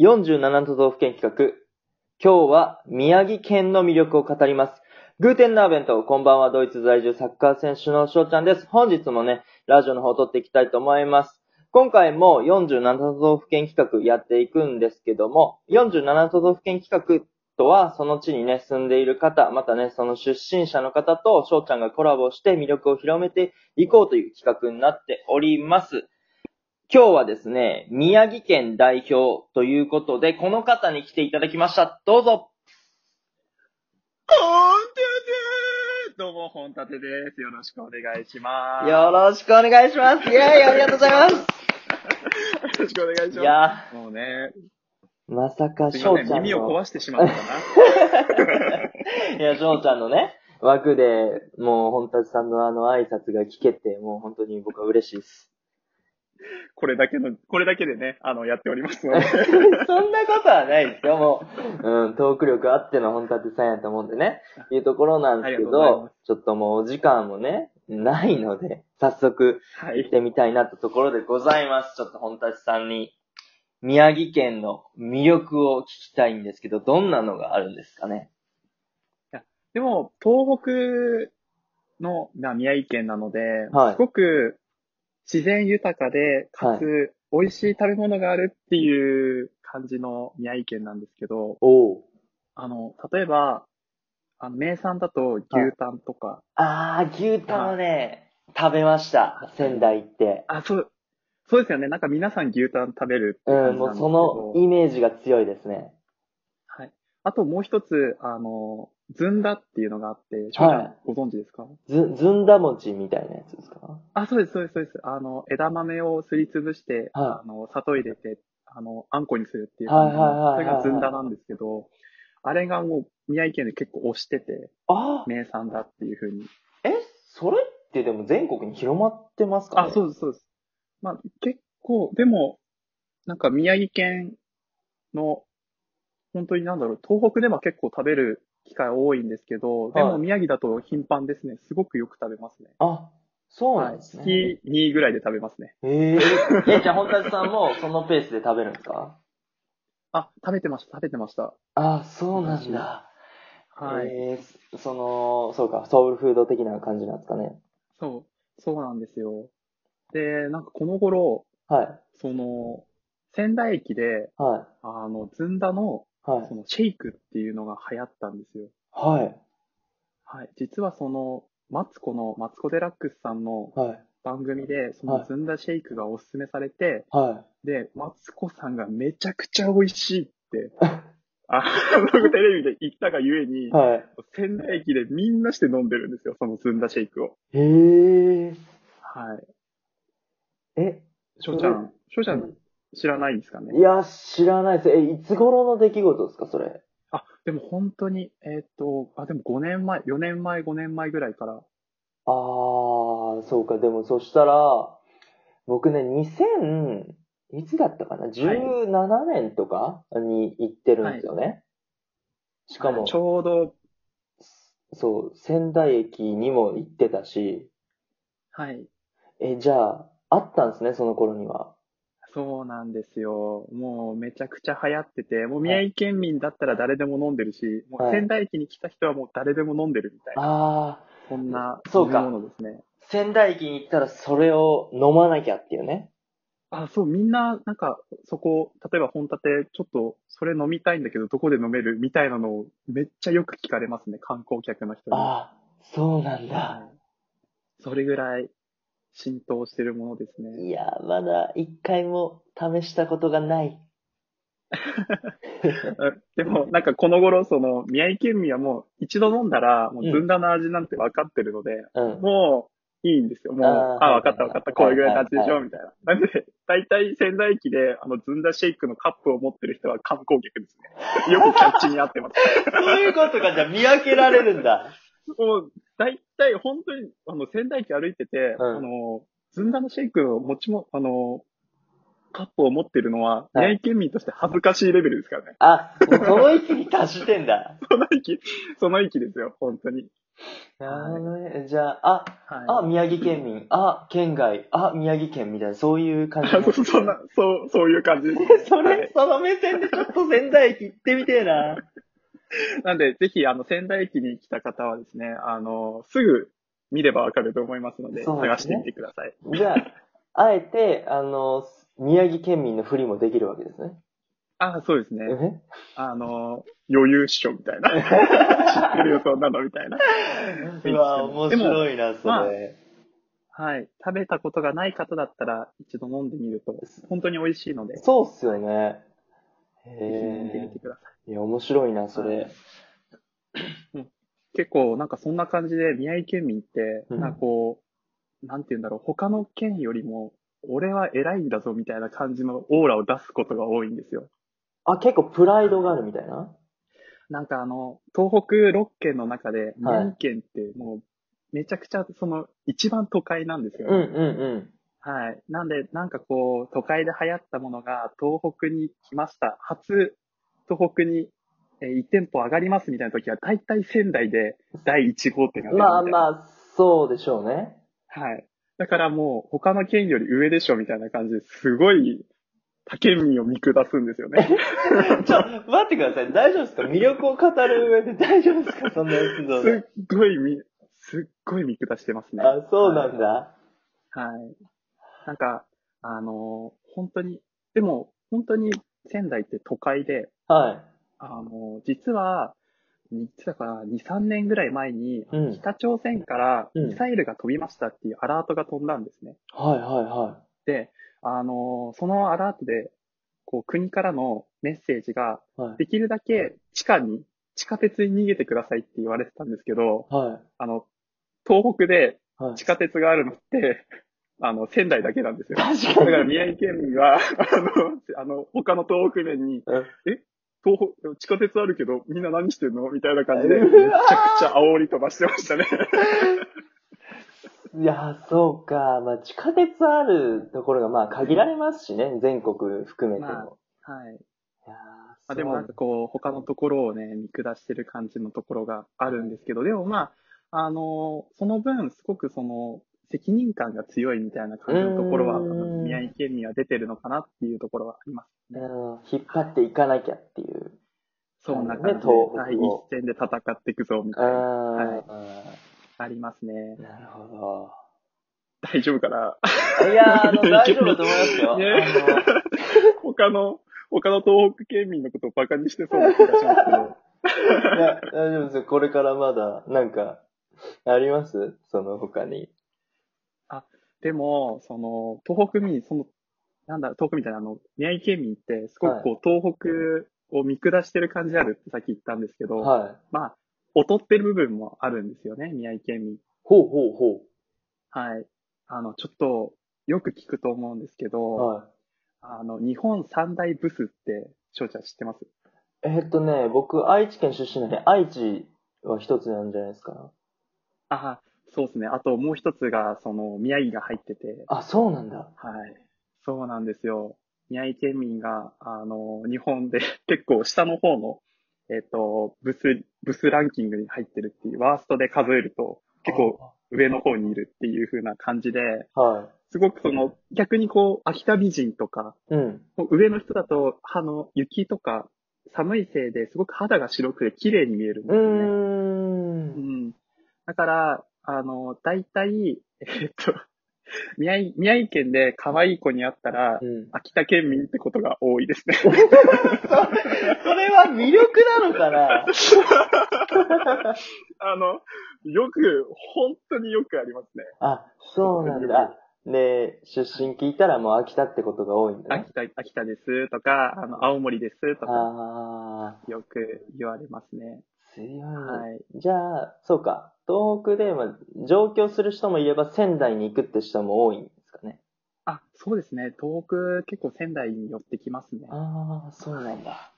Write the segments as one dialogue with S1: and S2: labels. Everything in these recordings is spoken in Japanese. S1: 47都道府県企画。今日は宮城県の魅力を語ります。グーテンナーベント、こんばんは、ドイツ在住サッカー選手の翔ちゃんです。本日もね、ラジオの方を撮っていきたいと思います。今回も47都道府県企画やっていくんですけども、47都道府県企画とは、その地にね、住んでいる方、またね、その出身者の方と翔ちゃんがコラボして魅力を広めていこうという企画になっております。今日はですね、宮城県代表ということで、この方に来ていただきました。どうぞ
S2: コンテンツどうも、本立です。よろしくお願いします。
S1: よろしくお願いします。イェーイありがとうございます
S2: よろしくお願いし
S1: い
S2: ま
S1: や
S2: す。もうね、
S1: ー、まさか
S2: すい
S1: 翔
S2: ま
S1: ち
S2: せ
S1: ゃ
S2: ん、
S1: ん
S2: 耳を
S1: の、
S2: 壊してしまったか
S1: いや、翔ちゃんのね、枠で、もう、本達さんのあの挨拶が聞けて、もう本当に僕は嬉しいです。
S2: な。これだけの、これだけでね、あの、やっておりますので。
S1: そんなことはないですよ、もう。うん、トーク力あっての本達さんやと思うんでね。いうところなんですけ
S2: ありがとうござい
S1: ど、ちょっともうお時間もね、ないので、早速、
S2: は
S1: 行っ
S2: い。
S1: てみたいなってところでございます。ちょっと本達さんに、宮城県の魅力を聞きたいんですけど、どんなのがあるんですかね
S2: でも、東北の、な、宮城県なので、
S1: はい
S2: すごく自然豊かで、かつ、美味しい食べ物があるっていう感じの宮城県なんですけど、
S1: おう。
S2: あの、例えば、あの名産だと牛タンとか、
S1: あー、牛タンはね、食べました。仙台行って。
S2: あ、そう、そうですよね。なんか皆さん牛タン食べるって
S1: う
S2: 感
S1: ん、
S2: じ
S1: もう
S2: なんですけ
S1: そ
S2: ど。
S1: のイメージが強いですね。
S2: はい。あともう一つ、あの、ずんだっていうのがあって、翔
S1: はい
S2: さんご存知ですか
S1: ず、ずんだ餅みたいなやつですか
S2: あ、そうです、そうです、そうです。あの、枝豆をすりつぶして、
S1: は
S2: あの、砂糖入れて、あの、あんこにするっていう
S1: はい
S2: 感
S1: は
S2: じ
S1: い
S2: の、
S1: はいはい
S2: それがずんだなんですけど、あれがもう宮城県で結構推してて、
S1: あー、
S2: 名産だっていうふうに。
S1: え、それってでも全国に広まってますか、ね、
S2: あ、そうです、そうです。まあ、結構、でも、なんか宮城県の、本当になんだろう、東北でも結構食べる機会多いんですけど、で
S1: は
S2: も
S1: い
S2: 宮城だと頻繁ですね。すごくよく食べますね。
S1: あ、そうなん
S2: はい。
S1: ですね。
S2: 月2ぐらいで食べますね。
S1: え ー、え、じゃあ本達さんもそのペースで食べるんですか
S2: あ、食べてました、食べてました。
S1: あ、そうなんだ。
S2: はい。
S1: えーその、そうか、ソウルフード的な感じなんですかね。
S2: そう、そうなんですよ。で、なんかこの頃、
S1: はい、
S2: その、仙台駅で、
S1: は
S2: あの、ずんだの、
S1: い、はい
S2: そ、の、シェイクっていうのが流行ったんですよ。
S1: はい、
S2: はい。実はその、マツコの、マツコデラックスさんの
S1: はい、
S2: 番組で、そ
S1: はい
S2: のずんだシェイクがおすすめされて、
S1: はい。
S2: で、マツコさんがめちゃくちゃ美味しいって、あ僕テレビで言ったがゆえに、
S1: はい。
S2: 仙台駅でみんなして飲んでるんですよ、そのずんだシェイクを。
S1: へえ。
S2: はい。
S1: え、
S2: 翔ちゃん、翔ちゃ
S1: うん
S2: 知らないんですかね
S1: いや、知らないです。え、いつ頃の出来事ですか、それ。
S2: あ、でも本当に、えーっと、あ、でも5年前、4年前、5年前ぐらいから。
S1: あー、そうか、でもそしたら、僕ね、2000、いつだったかな ?17 年とかに行ってるんですよね。しかも
S2: ち、ょうど、
S1: そう、仙台駅にも行ってたし、
S2: はい。
S1: え、じゃあ、あったんですね、その頃には。
S2: そうなんですよ。もうめちゃくちゃ流行ってて、もう宮城県民だったら誰でも飲んでるし、も
S1: はいう
S2: 仙台駅に来た人はもう誰でも飲んでるみたいな、
S1: ああ、
S2: そんな
S1: そうか
S2: ものですね。
S1: 仙台駅に行ったらそれを飲まなきゃっていうね。
S2: あ、そう、みんな、なんか、そこ、例えば本立て、ちょっと、それ飲みたいんだけど、どこで飲めるみたいなのを、めっちゃよく聞かれますね、観光客の人に。
S1: ああ、そうなん
S2: は
S1: だ。
S2: いそれぐらい浸透してるものですね。
S1: いや、まだ一回も試したことがない。
S2: あでも、なんかこの頃、その、宮城県民はもう一度飲んだら、もうずんだの味なんて分かってるので、
S1: うん。
S2: もういいんですよ。もう、
S1: あ
S2: あ
S1: ーはい
S2: 分かった分かった、こういうぐらいの味でしょ、みたいな。なんで、大体仙台駅で、あの、ずんだシェイクのカップを持ってる人は観光客ですね。よくキャッチに合ってます。
S1: そういうことか、じゃあ見分けられるんだ。
S2: もう、大体、本当に、あの、仙台駅歩いてて、
S1: うん
S2: あの、ずんだのシェイクを持ちも、あの、カップを持ってるのは、
S1: はい
S2: 宮城県民として恥ずかしいレベルですからね。
S1: あ、もうその域に達してんだ。
S2: その域、その域ですよ、本当に。
S1: なるほどね。じゃあ、あ、あ、
S2: は
S1: 宮城県民、あ、県外、あ、宮城県みたいな、 そういう感
S2: い。
S1: じ
S2: あ。 そそんな、そう、そういう感じですね、
S1: そ
S2: はい
S1: れ、その目線でちょっと仙台駅行ってみてえな。
S2: なんで、ぜひ、あの、仙台駅に来た方はですね、あの、すぐ見ればわかると思いますので、
S1: そうで
S2: 探
S1: す
S2: し
S1: ね
S2: てみてください。
S1: じゃあ、あえて、あの、宮城県民のふりもできるわけですね。
S2: あ、そうですね。
S1: え
S2: あの、余裕っしょ、みたいな。知ってるよ、そんなの、みたいな。
S1: うわ、面白いな、そ
S2: まあ
S1: れ。
S2: はい。食べたことがない方だったら、一度飲んでみると、本当に美味しいので、ぜ
S1: そうっすよね。へ
S2: ひ飲んでみ
S1: え
S2: て。ください。
S1: いや、面白いな、そ
S2: は
S1: れ
S2: い。結構、なんかそんな感じで、宮城県民って、
S1: うん
S2: なんかこう、なんて言うんだろう、他の県よりも、俺は偉いんだぞ、みたいな感じのオーラを出すことが多いんですよ。
S1: あ、結構プライドがあるみたいな。
S2: なんかあの、東北6県の中で、宮城県ってもう、めちゃくちゃ、その、一番都会なんですよ。
S1: うんうん
S2: はい。なんで、なんかこう、都会で流行ったものが、東北に来ました。初、東北に、えー1店舗上がりますみたいな時は、大体仙台で第1号店が
S1: うん。
S2: 出るみたいな。
S1: まあまあ、そうでしょうね。
S2: はい。だからもう、他の県より上でしょみたいな感じですごい、他県民を見下すんですよね。
S1: ちょ、待ってください。大丈夫ですか魅力を語る上で大丈夫ですかそんなエピソ
S2: す
S1: ード。
S2: っごいみ、すっごい見下してますね。
S1: あ、そうなんだ。
S2: はい。なんか、あのー本当に、でも、本当に仙台って都会で、
S1: は
S2: あのー実は、いつだから2、3年ぐらい前に、
S1: うん
S2: 北朝鮮から
S1: うん
S2: ミサイルが飛びましたっていうアラートが飛んだんですね。
S1: い。はいはいは
S2: で、あのーそのアラートで、こう、国からのメッセージが、
S1: い。はい。
S2: できるだけ地下に、地下鉄に逃げてくださいって言われてたんですけど、
S1: はい。
S2: あの、東北で
S1: はい
S2: 地下鉄があるのって、あの、仙台だけなんですよ。
S1: 確
S2: だから宮城県民は、あの、あの、他の東北面に、
S1: うん
S2: え東北、地下鉄あるけど、みんな何してんのみたいな感じで、めち
S1: うわー
S2: ゃくちゃ煽り飛ばしてましたね。
S1: いや、そうか。まあ、地下鉄あるところが、まあ、限られますしね。全国含めて
S2: ま
S1: も。
S2: は
S1: い
S2: い。
S1: やー
S2: あ、でもなんかこう、他のところをね、見下してる感じのところがあるんですけど、でもまあ、あの、その分、すごくその、責任感が強いみたいな感じのところは、
S1: うーん
S2: 宮城県民は出てるのかなっていうところはありますね。
S1: うん引っ張っていかなきゃっていう。
S2: そんな
S1: ね
S2: 感じ
S1: 東
S2: で、
S1: 北を
S2: 第一線で戦っていくぞ、みた
S1: う
S2: いな、
S1: ん。
S2: ありますね。
S1: なるほ
S2: 大丈夫かな
S1: ど。いやー、あの、大丈夫だと思いますよ。
S2: ね
S1: あの
S2: 他の、他の東北県民のことをバカにしてそうな気がしますけど。
S1: いや、大丈夫ですよ。これからまだ、なんか、ありますその他に。
S2: でも、その、東北民、その、なんだ、東北みたいな、あの、宮城県民って、すごくこう、東北を見下してる感じあるってさっき言ったんですけど、
S1: はい。
S2: まあ、劣ってる部分もあるんですよね、宮城県民。
S1: ほうほうほ
S2: はい。あの、ちょっと、よく聞くと思うんですけど、
S1: う。はい。
S2: あの、日本三大ブスって、翔ちゃん知ってます
S1: えーっとね、僕、愛知県出身なんで、愛知は一つなんじゃないですか。
S2: ああ、そうですね。あともう一つが、その、宮城が入ってて、
S1: あ、そうなんだ。
S2: はい。そうなんですよ。宮城県民が、あの、日本で 結構下の方の、えっ、と、ブス、ブスランキングに入ってるっていう、ワーストで数えると、結構上の方にいるっていう風な感じで、
S1: あ。はい。
S2: すごくその、逆にこう、秋田美人とか、
S1: うん。
S2: もう上の人だと、あの、雪とか、寒いせいですごく肌が白くて綺麗に見えるんで
S1: う
S2: すよね。
S1: ー。
S2: うんん。だから、あの、大体、えっと、宮城、宮城県で可愛い子に会ったら、
S1: うん、
S2: 秋田県民ってことが多いですね。
S1: それは魅力なのか な
S2: あの、よく、本当によくありますね。
S1: あ、そうなんだ。あで、出身聞いたらもう秋田ってことが多いんだね。
S2: 秋田、秋田ですとか、あの、青森ですとか、
S1: ああ、
S2: よく言われますね。
S1: 強いね。
S2: はい。
S1: じゃあ、そうか。東北で、まあ、上京する人もいれば仙台に行くって人も多いんですかね。
S2: あ、そうですね。東北、結構仙台に寄ってきますね。は
S1: ああ、そうなんだ。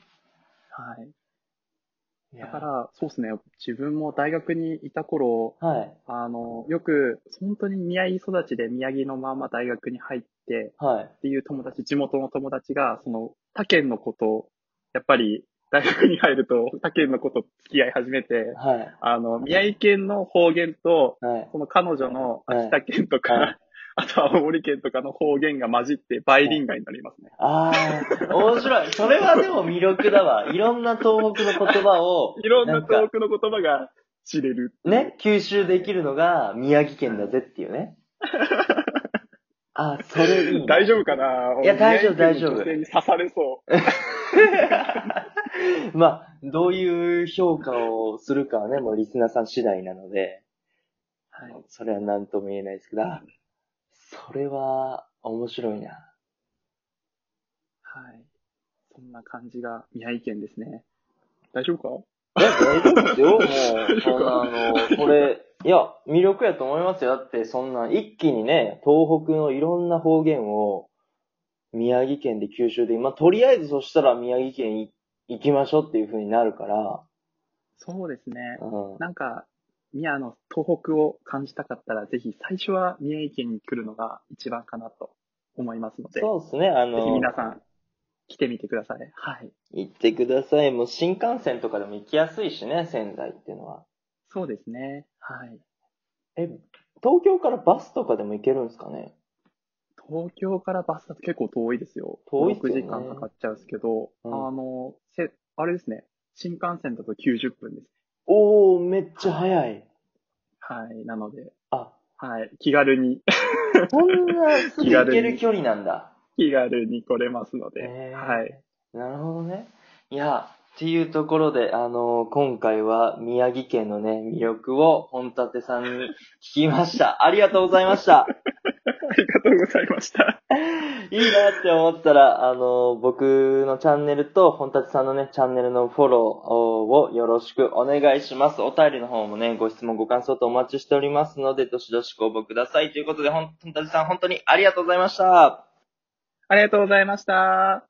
S2: い。だから、そうですね、自分も大学にいた頃、
S1: はい、
S2: あの、よく、本当に宮城育ちで宮城のまま大学に入って
S1: はい。
S2: っていう友達、地元の友達が、その、他県のことを、やっぱり、大学に入ると他県のこと付き合い始めて、
S1: はい。
S2: あの、宮城県の方言と、
S1: はい。
S2: その彼女の秋田県とか、
S1: は
S2: あと青森県とかの方言が混じってバイリンガルになりますね。
S1: ああ、 面白い。それはでも魅力だわ。いろんな東北の言葉を、
S2: いろん
S1: な
S2: なん
S1: か
S2: 東北の言葉が知れる。
S1: ね、吸収できるのが宮城県だぜっていうね。あ、それいいね。
S2: 大丈夫かない
S1: いや大丈夫大丈夫
S2: 女性に刺されそう。
S1: まあ、どういう評価をするかはね、もうリスナーさん次第なので、
S2: はい。
S1: それは何とも言えないですけど、あそれは面白いな。
S2: はい。そんな感じが宮城県ですね。大丈夫か
S1: え、大丈夫ですよ、もう。 そんな、あの、これ、いや、魅力やと思いますよ。だって、そんな、一気にね、東北のいろんな方言を、宮城県で吸収で、まあ、とりあえずそしたら宮城県い行きましょうっていう風になるから、
S2: そうですね。
S1: うん。
S2: なんか、宮の東北を感じたかったら、ぜひ最初は宮城県に来るのが一番かなと思いますので、ぜ
S1: そうですね、あ
S2: ひ
S1: の、
S2: 皆さん来てみてください。はい。
S1: 行ってください。もう新幹線とかでも行きやすいしね、仙台っていうのは。
S2: そうですね。はい。
S1: え、東京からバスとかでも行けるんですかね
S2: 東京からバスだと結構遠いですよ。
S1: 遠いっすよね
S2: 6時間かかっちゃうんですけど、
S1: うん
S2: あの、せ、あれですね。新幹線だと90分です。
S1: おー、めっちゃ早い。
S2: はい。なので、
S1: あ、
S2: はい。気軽に、
S1: そんなすぐ行ける距離なんだ。
S2: 気軽に来れますので、
S1: えー
S2: はい。
S1: なるほどね。いや、っていうところで、あの今回は宮城県のね、魅力を本立さんに聞きました。ありがとうございました。
S2: ありがとうございました。
S1: いいなって思ったら、あの僕のチャンネルと本立さんのね、チャンネルのフォローをよろしくお願いします。お便りの方もね、ご質問、ご感想とお待ちしておりますので、どしどしご応募ください。ということで、本立さん本当にありがとうございました。
S2: ありがとうございました。